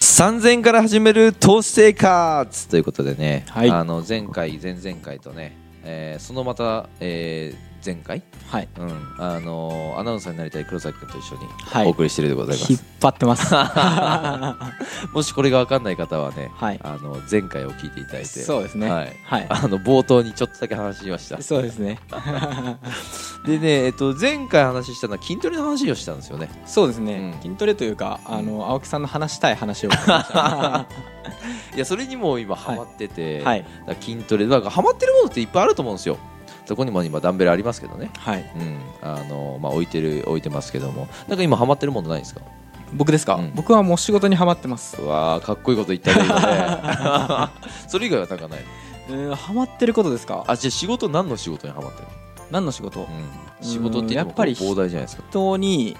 3000円から始める投資生活ということでね、はいあの前回、前々回とね、えーそのまた、えー前回、はいうんあのーアナウンサーになりたい黒崎君と一緒にはいお送りしてるでございま引っす、張ってますもしこれが分かんない方はね、はいあの前回を聞いていただいてそうですねはいはいあの冒頭にちょっとだけ話しました そうですねでね、えっと、前回話したのは筋トレの話をしたんですよねそうですね、うん筋トレというかあの青木さんの話したい話を伺いましたいやそれにも今ハマってて、はいだから筋トレだからハマってるものっていっぱいあると思うんですよそこにも今ダンベルありますけどね はいうんあのまあ置いてる置いてますけどもなんか今ハマってるものないんですか僕ですか、うん僕はもう仕事にはまってますうわーかっこいいこと言ったね今ね それ以外はなんかないうんハマってることですかあじゃあ仕事何の仕事にハマってる、何の仕事うん、仕事って言ってもうんやっぱりこう膨大じゃないですか、人に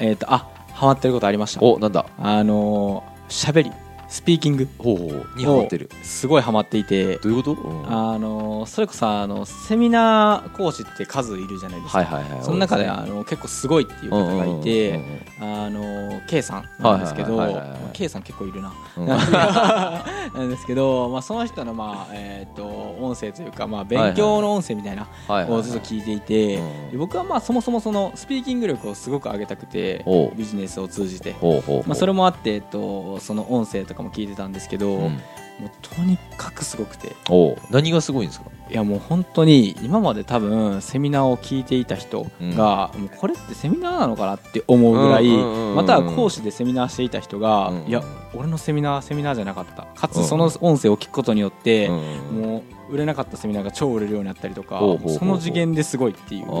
うんえっ、とあハマってることありましたおなんだあのー喋りスピーキングほうほうにハマってるすごいハマっていてどういうこと、うんはいあのーそれこそあのセミナー講師って数いるじゃないですか、はいはいその中であの結構すごいっていう方がいて、うんうんうんうんあの K さんなんですけど、はいはいはいはいはい K さん結構いる な、うんなんですけど、まあ、その人の、まあえー、と音声というか、まあ、勉強の音声みたいなはいはいのはをいずっと聞いていて、うんで僕はまあそもそもそのスピーキング力をすごく上げたくておうビジネスを通じて、ほうほうほうまあ、それもあって、えっと、その音声とかも聞いてたんですけど、うんもうとにかくすごくておう何がすごいんですかいやもう本当に今まで多分セミナーを聞いていた人が、もうこれってセミナーなのかなって思うぐらい、うんうんうんうんまたは講師でセミナーしていた人が、うんうんいや俺のセミナーはセミナーじゃなかったかうんつその音声を聞くことによって、うんもう売れなかったセミナーが超売れるようになったりとかほうほうほうほうその次元ですごいっていう感じ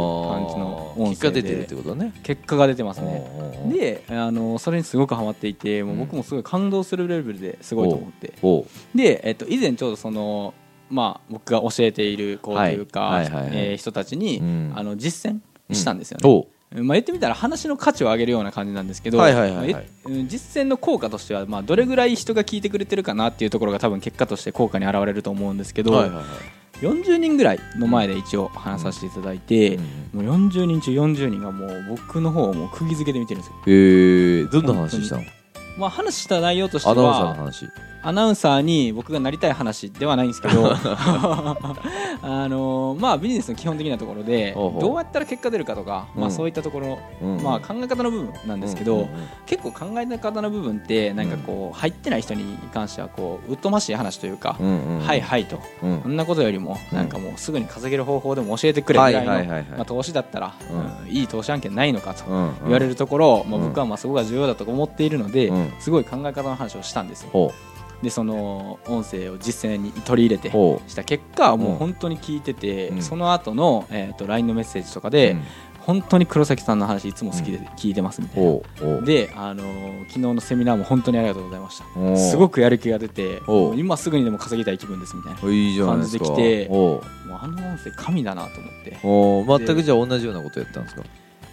の音声で結果出てるってことね結果が出てますね。おうおうおうであのそれにすごくハマっていてもう僕もすごい感動するレベルですごいと思っておうで、えっと、以前ちょうどその、まあ、僕が教えている子というか、はいはいはいはいえー人たちに、うんあの実践したんですよね。おうまあ、言ってみたら話の価値を上げるような感じなんですけど、はいはいはいはいまあえうん実践の効果としては、まあ、どれぐらい人が聞いてくれてるかなっていうところが多分結果として効果に現れると思うんですけど、はいはいはい40人ぐらいの前で一応話させていただいて、うんもう40人中40人がもう僕の方をもう釘付けで見てるんですよ、えー、どんな話したのまあ、話した内容としてアナウンサーはの話アナウンサーに僕がなりたい話ではないんですけ どあのまあビジネスの基本的なところでほうほうどうやったら結果出るかとか、うんまあ、そういったところ、うんまあ、考え方の部分なんですけど、結構考え方の部分ってなんかこう入ってない人に関してはこう疎ましい話というか、はいはいと。うんうんそんなことよりもうんなんかもうすぐに稼げる方法でも教えてくれぐらいはいはいはいはのいまあ投資だったら、ううんいい投資案件ないのかとうん言われるるところ、まあ、うん僕はまあそこが重要だと思っているので、うんすごい考え方の話をしたんですよ。ほでその音声を実践に取り入れうてほした結果うんもう本当に聞いてて、うんその後のえーと LINE のメッセージとかうで、うん本当に黒崎さんの話いつも好きで聞いてますみたいな、ほうほうで、あのー昨日のセミナーも本当にありがとうございましたおうすごくやる気が出ておう今すぐにでも稼ぎたい気分ですみたいないいじゃないですか感じで来ておうもうあの音声神だなと思っておう全くじゃあ同じようなことやったんですか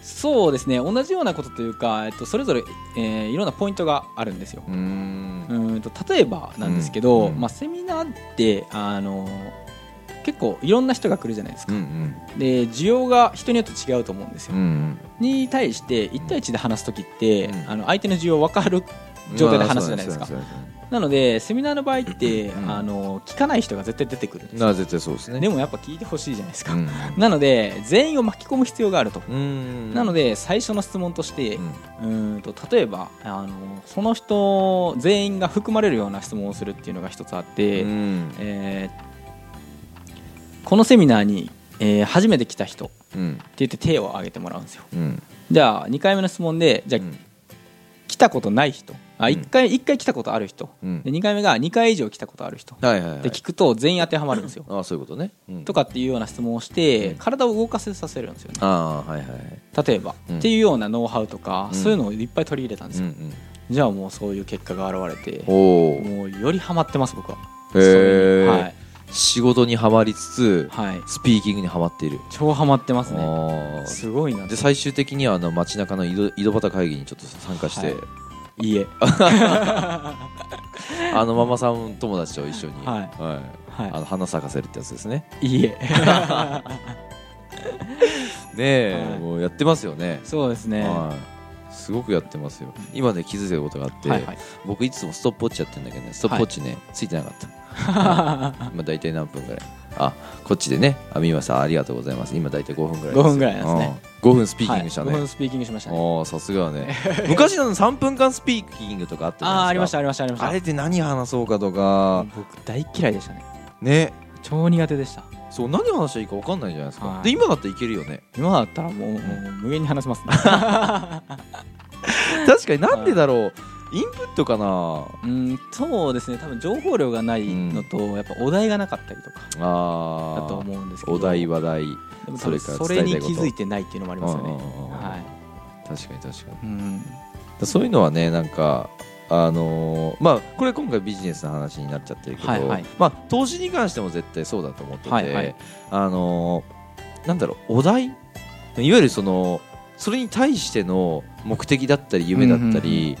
そうですね同じようなことというか、えっと、それぞれ、えーいろんなポイントがあるんですようーんうーんと例えばなんですけど、うんうんまあ、セミナーって、あのー結構いろんな人が来るじゃないですうか、んで需要が人によって違うと思うんですうよ、んに対して1対1で話す時って、うんあの相手の需要分かるうん状態で話すじゃないですかまあそうなんでなのでセミナーの場合って、うんあのー聞かない人が絶対出てくるんですすなよあ絶対そうですねでもやっぱ聞いてほしいじゃないですか、うんなので全員を巻き込む必要があると、うんなので最初の質問として、うんうーんと例えばあのーその人全員が含まれるような質問をするっていうのが一つあって、うんえーこのセミナーに、えー初めて来た人ってうん言って手を挙げてもらうんですようんじゃあ2回目の質問でじゃあ、うん来たことない人あうん1回一回来たことある人、うんで2回目が2回以上来たことある人っはいはいはいて聞くと全員当てはまるんですよああそういうことねうんとかっていうような質問をして、うん体を動かせさせるんですよねああはいはいはい例えば、うんっていうようなノウハウとか、うんそういうのをいっぱい取り入れたんですうんうよ、んじゃあもうそういう結果が現れておおもうよりハマってます僕はへそれにはえい、仕事にはまりつつはい、スピーキングにはまっている超ハマってますねあーすごいなで最終的にはあの街中の井戸井戸端会議にちょっと参加して、はいいいえ、あのママさん友達と一緒に、はいはいあはの花咲かせるってやつですねい、いいえねえ、はいもうやってますよね そうですねはいすごくやってますよ今ね気づいたことがあって、はいはい僕いつもストップウォッチやってるんだけどねストップウォッチね、ついてなか った今大体何分ぐらいあこっちでねあみまさんありがとうございます今大体5分ぐらい5分ぐらいなんですねうん5分スピーキングしたね、はい僕のスピーキングしましたねおーさすがだね 昔の3分間スピーキングとかあったじゃああーあないりでますかしたありましたありましたあれって何話そうかとか僕大嫌いでしたねね超苦手でしたそう何話したらいいか分かんないじゃないですか、はいで今だったらいけるよね今だったらもうもう無限に話せますね確かになんでだろうインプットかな うんそうですね多分情報量がないのと、やっぱお題がなかったりとかあだーと思うんですけどお題話題でもそそれれからそ伝えれたいにこと気づいてないっていうのもありますよねうんうんうんうんは確かに確かにい、うん、だそういうのはねなんかあのーまあこれ今回ビジネスの話になっちゃってるけど、はいはいまあ投資に関しても絶対そうだと思ってて、はいはいあのーなんだろうお題いわゆるそのそれに対しての目的だったり夢だったり、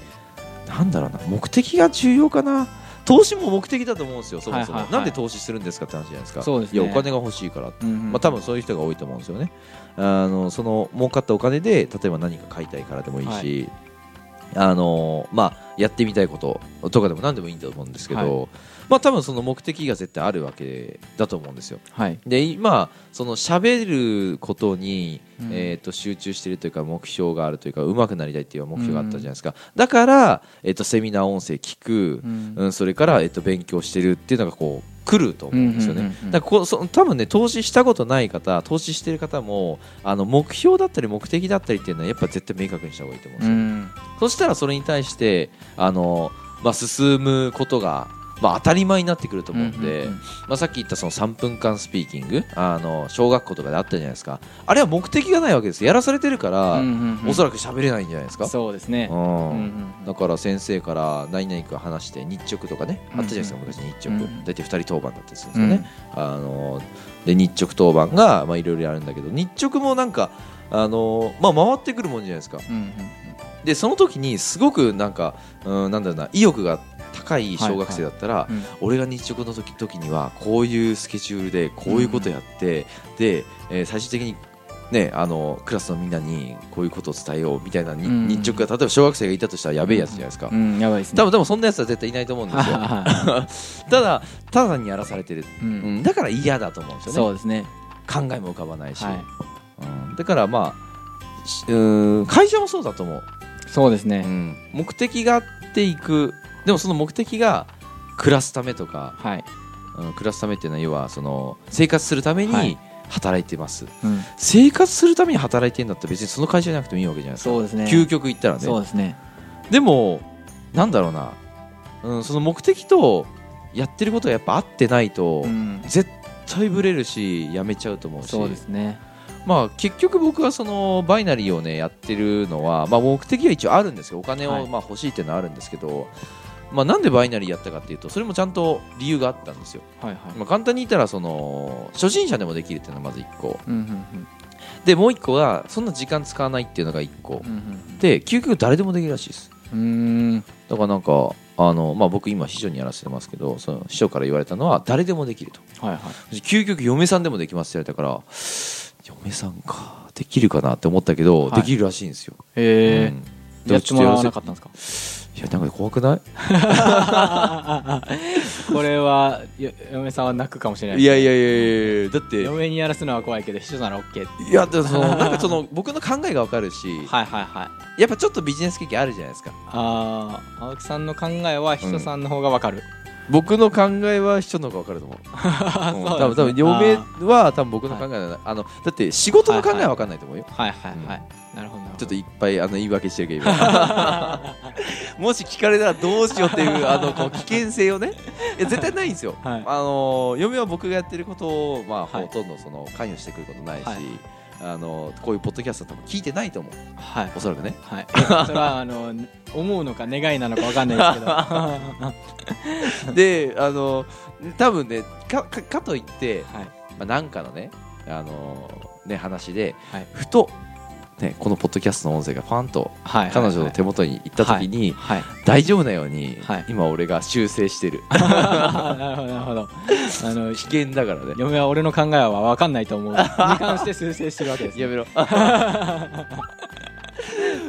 なんだろうな目的が重要かな投資も目的だと思うんですよそもそも、はいはいなはいんで投資するんですかって話じゃないですかそうですねいやお金が欲しいからってうんうんまあ、多分そういう人が多いと思うんですよね。あのその儲かったお金で例えば何か買いたいからでもいいし、あのまあ、やってみたいこととかでも何でもいいと思うんですけど、まあ、多分その目的が絶対あるわけだと思うんですよ。はい、で今その喋ることに、うんえー、と集中してるというか目標があるというか上手くなりたいっていう目標があったじゃないですか、だから、えー、とセミナー音声聞く、うんうん、それから、えっと、勉強してるっていうのがこう来ると思うんですよね。うんうんうんうんだからこうそ多分ね投資したことない方投資してる方もあの目標だったり目的だったりっていうのはやっぱ絶対明確にした方がいいと思うんでうすよ。んそしたらそれに対してあの、まあ、進むことが、まあ、当たり前になってくると思うんで、うんうんまあ、さっき言ったその3分間スピーキングあの小学校とかであったじゃないですかあれは目的がないわけですやらされてるから、うんうんうんおそらく喋れないんじゃないですか。そうですねうんうんうんだから先生から何々君話して日直とかねあったじゃないですかうん昔日うんう直ん大体2人当番だったりするんですよね、あので日直当番がまあいろいろあるんだけど日直もなんかあのまあ回ってくるもんじゃないですかうんうんでその時にすごくなんかうんなんだろうな意欲が高い小学生だったら、うんうん俺が日直の時時にはこういうスケジュールでこういうことやって、で、えー最終的に、ね、あのクラスのみんなにこういうことを伝えようみたいなに、うん日直が例えば小学生がいたとしたらやべえやつじゃないですか、うんやばいですね多分多分そんなやつは絶対いないと思うんですよ ただただにやらされてる、うんうん、だから嫌だと思うんですよそねうですね考えも浮かばないし、はいうんだからまあしうーん会社もそうだと思うそうですね、うん目的があっていくでもその目的が暮らすためとか、はい、うん暮らすためっていうのは要はその生活するためはにい働いてます、うん、生活するために働いてるんだったら別にその会社じゃなくてもいいわけじゃないですかそうですね究極言ったらそうねですねでもなんだろうな、うん、その目的とやってることがやっぱ合ってないと、うん絶対ブレるしやめちゃうと思うしそうですねまあ、結局僕はそのバイナリーをねやってるのは、まあ、目的は一応あるんですけどお金はをいまあ欲しいっていうのはあるんですけど、まあ、なんでバイナリーやったかっていうとそれもちゃんと理由があったんですよ、はいはいまあ、簡単に言ったらその初心者でもできるっていうのがまず1個うんうんでもう1個がそんな時間使わないっていうのが1個うんうんで究極誰でもできるらしいですうんうーんだからなんかあの、まあ、僕今秘書にやらせてますけどその秘書から言われたのは誰でもできるとはいはい究極嫁さんでもできますって言われたから嫁さんかできるかなって思ったけど、はいできるらしいんですよ、へえうんでやってもらわなかったんですかいやなんか怖くないこれはよ嫁さんは泣くかもしれないいやいやいやいやだって嫁にやらすのは怖いけど秘書なら OK いやでもその なんかその僕の考えがわかるし、はいはいはいやっぱちょっとビジネス経験あるじゃないですかあー青木さんの考えは秘書さんの方がわかる、僕の考えは人の方がわかる と思ううんそう多分多分ですね嫁は多分僕の考えだな、あのだって仕事の考えはわかんないと思うよ、はいはいはい、なるほどなるほどちょっといっぱいあの言い訳してるけど今 もし聞かれたらどうしようっていうあのこう危険性をねいや絶対ないんですよ、はいあの嫁は僕がやってることを、まあはいほとんどその関与してくることないし、はいあのこういうポッドキャスト多分聞いてないと思うはいおそら くねはい、それはあの思うのか願いなのかわかんないです けどはであの多分ねかかかといって、いまあ、なんかのねあのね話で、はいふと、ね、このポッドキャストの音声がファンとはい彼女の手元元に行った時に、はい、大丈夫なように、はい今俺が修正してるはい、 なるほどなるほどあの危険だからね嫁は俺の考えは分かんないと思うに関して修正してるわけですね、やめろ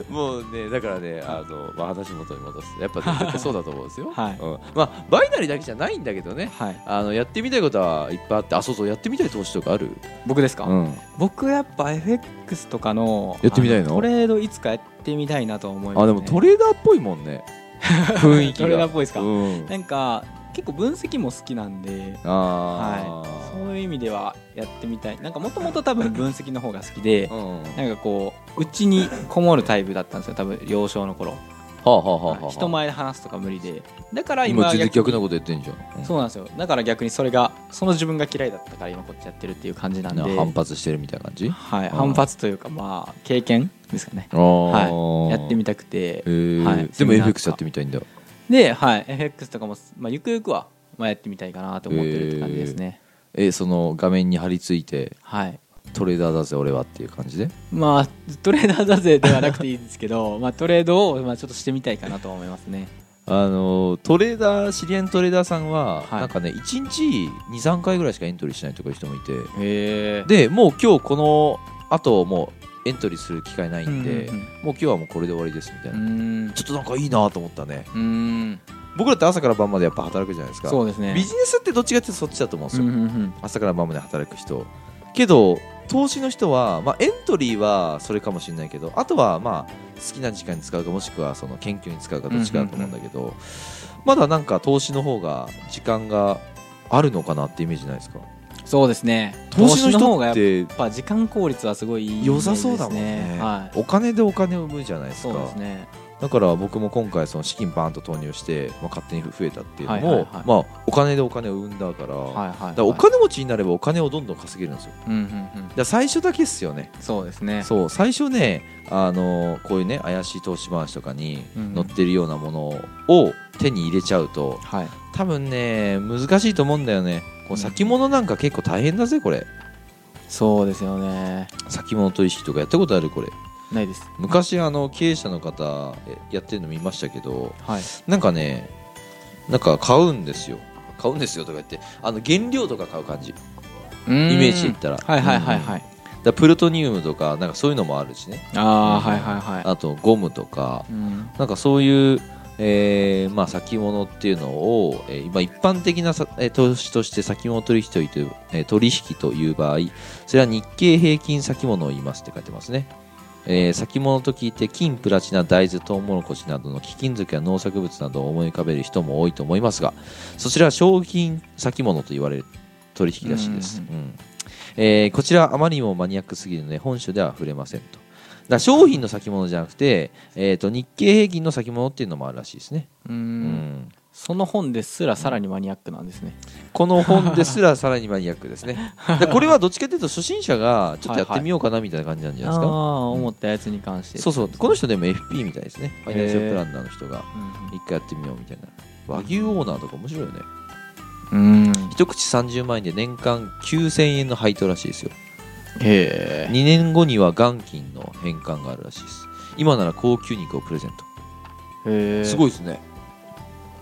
もうねだからねあの、まあ、話元に戻すとやっぱ、 ね、結構そうだと思うんですよ、はいうんまあ、バイナリーだけじゃないんだけどねはいあのやってみたいことはいっぱいあってあそうそうやってみたい投資とかある、僕ですか、うん、僕やっぱ FX とかのやってみたいのあトレードいつかやってみたいなと思います、ね、あでもトレーダーっぽいもん ね雰囲気がトレーダーっぽいですかうん、なんか結構分析も好きなんで、あはい、そういう意味ではやってみたいなんかもともと多分分析の方が好きでーうんはなんかこううちにこもるタイプだったんですよ多分幼少の頃、あはあはあははいあ人前で話すとか無理でだから今今は全然逆逆なこと言ってんじゃん、うんそうなんですよだから逆にそれがその自分が嫌いだったから今こっちやってるっていう感じなんでな反発してるみたいな感じはい、うん反発というかまあ経験ですかねはやってみたたくてへーはいでもセミナーとか FX やってみたいんだで、はい、FX とかも、まあ、ゆくゆくは、まあ、やってみたいかなと思ってるって感じですね、えその画面に貼り付いてはいトレーダーだぜ俺はっていう感じでまあトレーダーだぜではなくていいんですけど まあトレードを、まあ、ちょっとしてみたいかなと思いますねあのトレーダー知り合いのトレーダーさんは、はいなんかね1日23回ぐらいしかエントリーしないとかいう人もいてへえでもう今日このあともうエントリーする機会ないんで、もう今日はもうこれで終わりですみたいな、うんちょっとなんかいいなと思ったねうん僕らって朝から晩までやっぱ働くじゃないですかそうですねビジネスってどっちかっていうとそっちだと思うんですうよ、んうんうん朝から晩まで働く人けど投資の人は、まあ、エントリーはそれかもしれないけどあとはまあ好きな時間に使うかもしくはその研究に使うかどっちかだと思うんだけど、まだなんか投資の方が時間があるのかなってイメージないですかそうですね投資の方が人やっってぱ時間効率はすごいいいイメージ良さそうだもんですねはお金でお金を生むじゃないでいすそかうですねだから僕も今回その資金バーンと投入して、まあ、勝手に増えたっていうのも、はいはいはいまあ、お金でお金を生んだから,、はいはい、はい、だからお金持ちになればお金をどんどん稼げるんですよだかうんうんうんら最初だけっすよねそうですねそう最初ねあのこういうね怪しい投資話とかにうん載ってるようなものを手に入れちゃうとはい多分ね難しいと思うんだよねこううん先物なんか結構大変だぜこれそうですよね先物取引とかやったことあるこれないです昔あの経営者の方えやってるの見ましたけどはいなんかねなんか買うんですよ買うんですよとか言ってあの原料とか買う感じだかイメージで言ったらはいはいはいはいらプルトニウムとかなんかそういうのもあるしねああーはいはいはあとゴムとかいうんなんかそういう、えーまあ、先物っていうのを、えー今一般的なさ、えー投資として先物取引という、えー取引という場合それは日経平均先物を言いますって書いてますね、えー先物と聞いて金プラチナ大豆トウモロコシなどの貴金属や農作物などを思い浮かべる人も多いと思いますがそちらは商品先物と言われる取引らしいです、ううんえーこちらはあまりにもマニアックすぎるので本書では触れませんとだから商品の先物じゃなくて、えー、と日経平均の先物っていうのもあるらしいですね、ううんん、その本ですらさらにマニアックなんですねこの本ですらさらにマニアックですねでこれはどっちかというと初心者がちょっとやってみようかなみたいな感じなんじゃあないあですか、ー思ったやつに関してそうそうこの人でも FP みたいですねファイナンシャルプランナーの人がう一回やってみようみたいな和牛オーナーとか面白いよねんうん一口30万円で年間9000円の配当らしいですよへえ2年後には元金の返還があるらしいです今なら高級肉をプレゼントへえすいごいですね。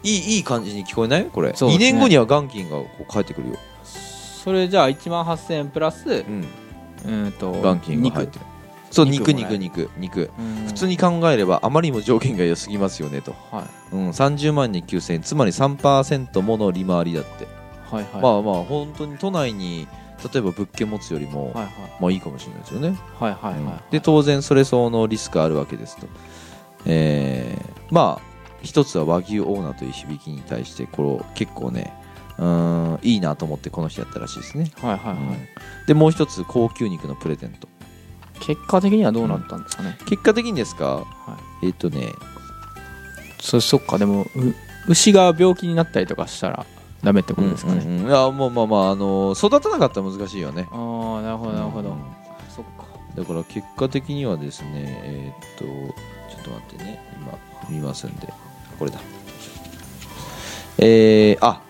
いいいい感じに聞こえないこれ、そうで2すね年後には元金がこう返ってくるよ、それじゃあ1万8000円プラスうんと元金が入ってるそう肉肉肉肉肉普普通に考えればあまりにも条件が良すぎますよねと、はいうん、30万に9000円つまり3%もの利回りだって、はいはいまあまあ本当に都内に例えば物件持つよりも、はいはいまあいいかもしれないですよね、はいはいはいはいで当然それ相応のリスクあるわけですと、えーまあ一つは和牛オーナーという響きに対してこれ結構ねうーんいいなと思ってこの人やったらしいですね、はいはいはうんでもう一つ高級肉のプレゼントい結果的にはどうなったんですかね結果的にですかえっ、とねそそっかでもう牛が病気になったりとかしたらダメってことですかうねんうんいやもうまあまあ、あの育たなかったら難しいよねああなるほどなるほうどんそっかだから結果的にはですねえーっとちょっと待ってね今見ますんでこれだえー、あ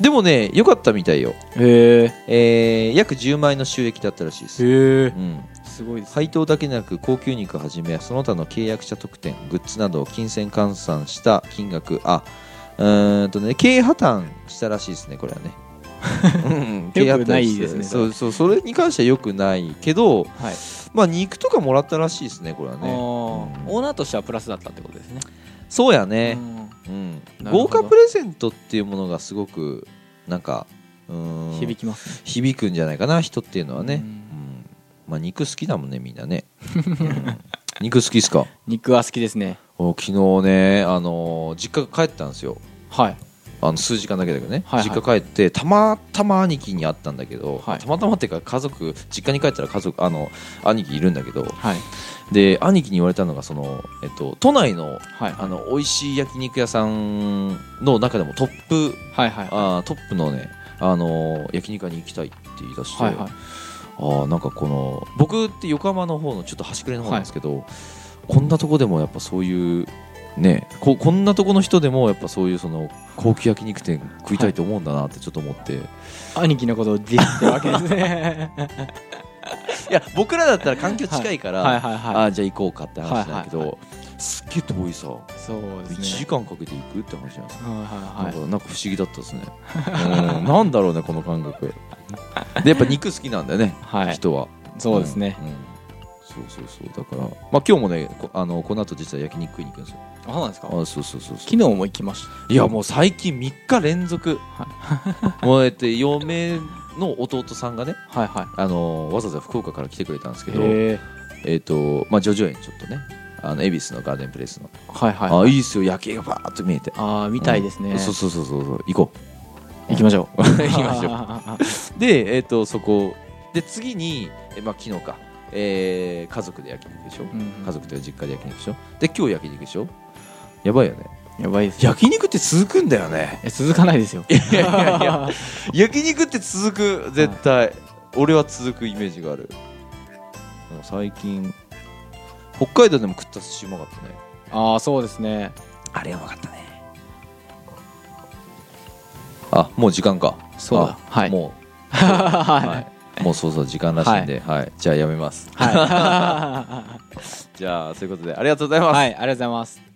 でもね良かったみたいよ、へええー約10万円の収益だったらしいです、へえうん、すごいですね配当だけでなく高級肉はじめその他の契約者特典グッズなどを金銭換 算した金額あうーんとね経営破綻したらしいですねこれはねうんよくないですねそうそうそれに関してはよくないけど、はいまあ、肉とかもらったらしいですねこれはあーねオーナーとしてはプラスだったってことですねそうやね、うんうん、なるほ豪ど華プレゼントっていうものがすごくなんかうーん響きますね響くんじゃないかな人っていうのはね、ううんんまあ、肉好きだもんねみんなね、うん肉好きっすか肉は好きですねお昨日ね、あのー実家が帰ったんですよはいあの数時間だけだけどね、はいはい実家帰ってたまたま兄貴に会ったんだけど、はいたまたまっていうか家族実家に帰ったら家族あの兄貴いるんだけどはいで兄貴に言われたのがその、えっと、都内のはいあの美味しい焼肉屋さんの中でもトップはいはいあートップのね、あのー焼肉屋に行きたいって言い出して、はいはいあーなんかこの僕って横浜の方のちょっと端くれの方なんですけど、こんなとこでもやっぱそういうねここんなとこの人でもやっぱそういうその高級焼肉店食いたいと思うんだなってちょっと思って、い、兄貴のことをディスってるわけですねや僕らだったら環境近いから、 はいはいあはーじゃあ行こうかって話なんだけど、はいすっげえ遠いさ、いそうで1時すね間かけて行くって話なんですよはいなはんいかはいなんか不思議だったですね、うん、なんだろうねこの感覚でやっぱ肉好きなんだよね、はい人はそうですねんうんそうそうそうだからまあ今日もねこあのこの後実は焼肉食いに行くんですよあそうなんですかあそうそうそうそ昨日も行きましういやもう最近3日連続もうやって嫁の弟さんがねたはいはいあのわざわざ福岡から来てくれたんですけどへええっとまあ叙々苑ちょっとねあの恵比寿のガーデンプレイスの、はいはいあいいっすよ夜景がバーッと見えてああみたいですねそうそうそうそうそう行こ行きましょ う行きましょうょうでえっ、とそこで次にえまあ昨日か、えー家族で焼肉でしょ、家族というか実家で焼肉でしょで今日焼肉でしょやばいよねやばいです焼肉って続くんだよねえ続かないですよいやいやいや焼肉って続く絶対、俺は続くイメージがあるでも最近北海道でも食った寿司うまかったね ああそうですねあれうまかったねあもう時間かそうだあはいもう、 ははいい、もうそうそう時間らしいんで、はいじゃあやめますはい じゃあそういうことでありがとうございます、はいありがとうございます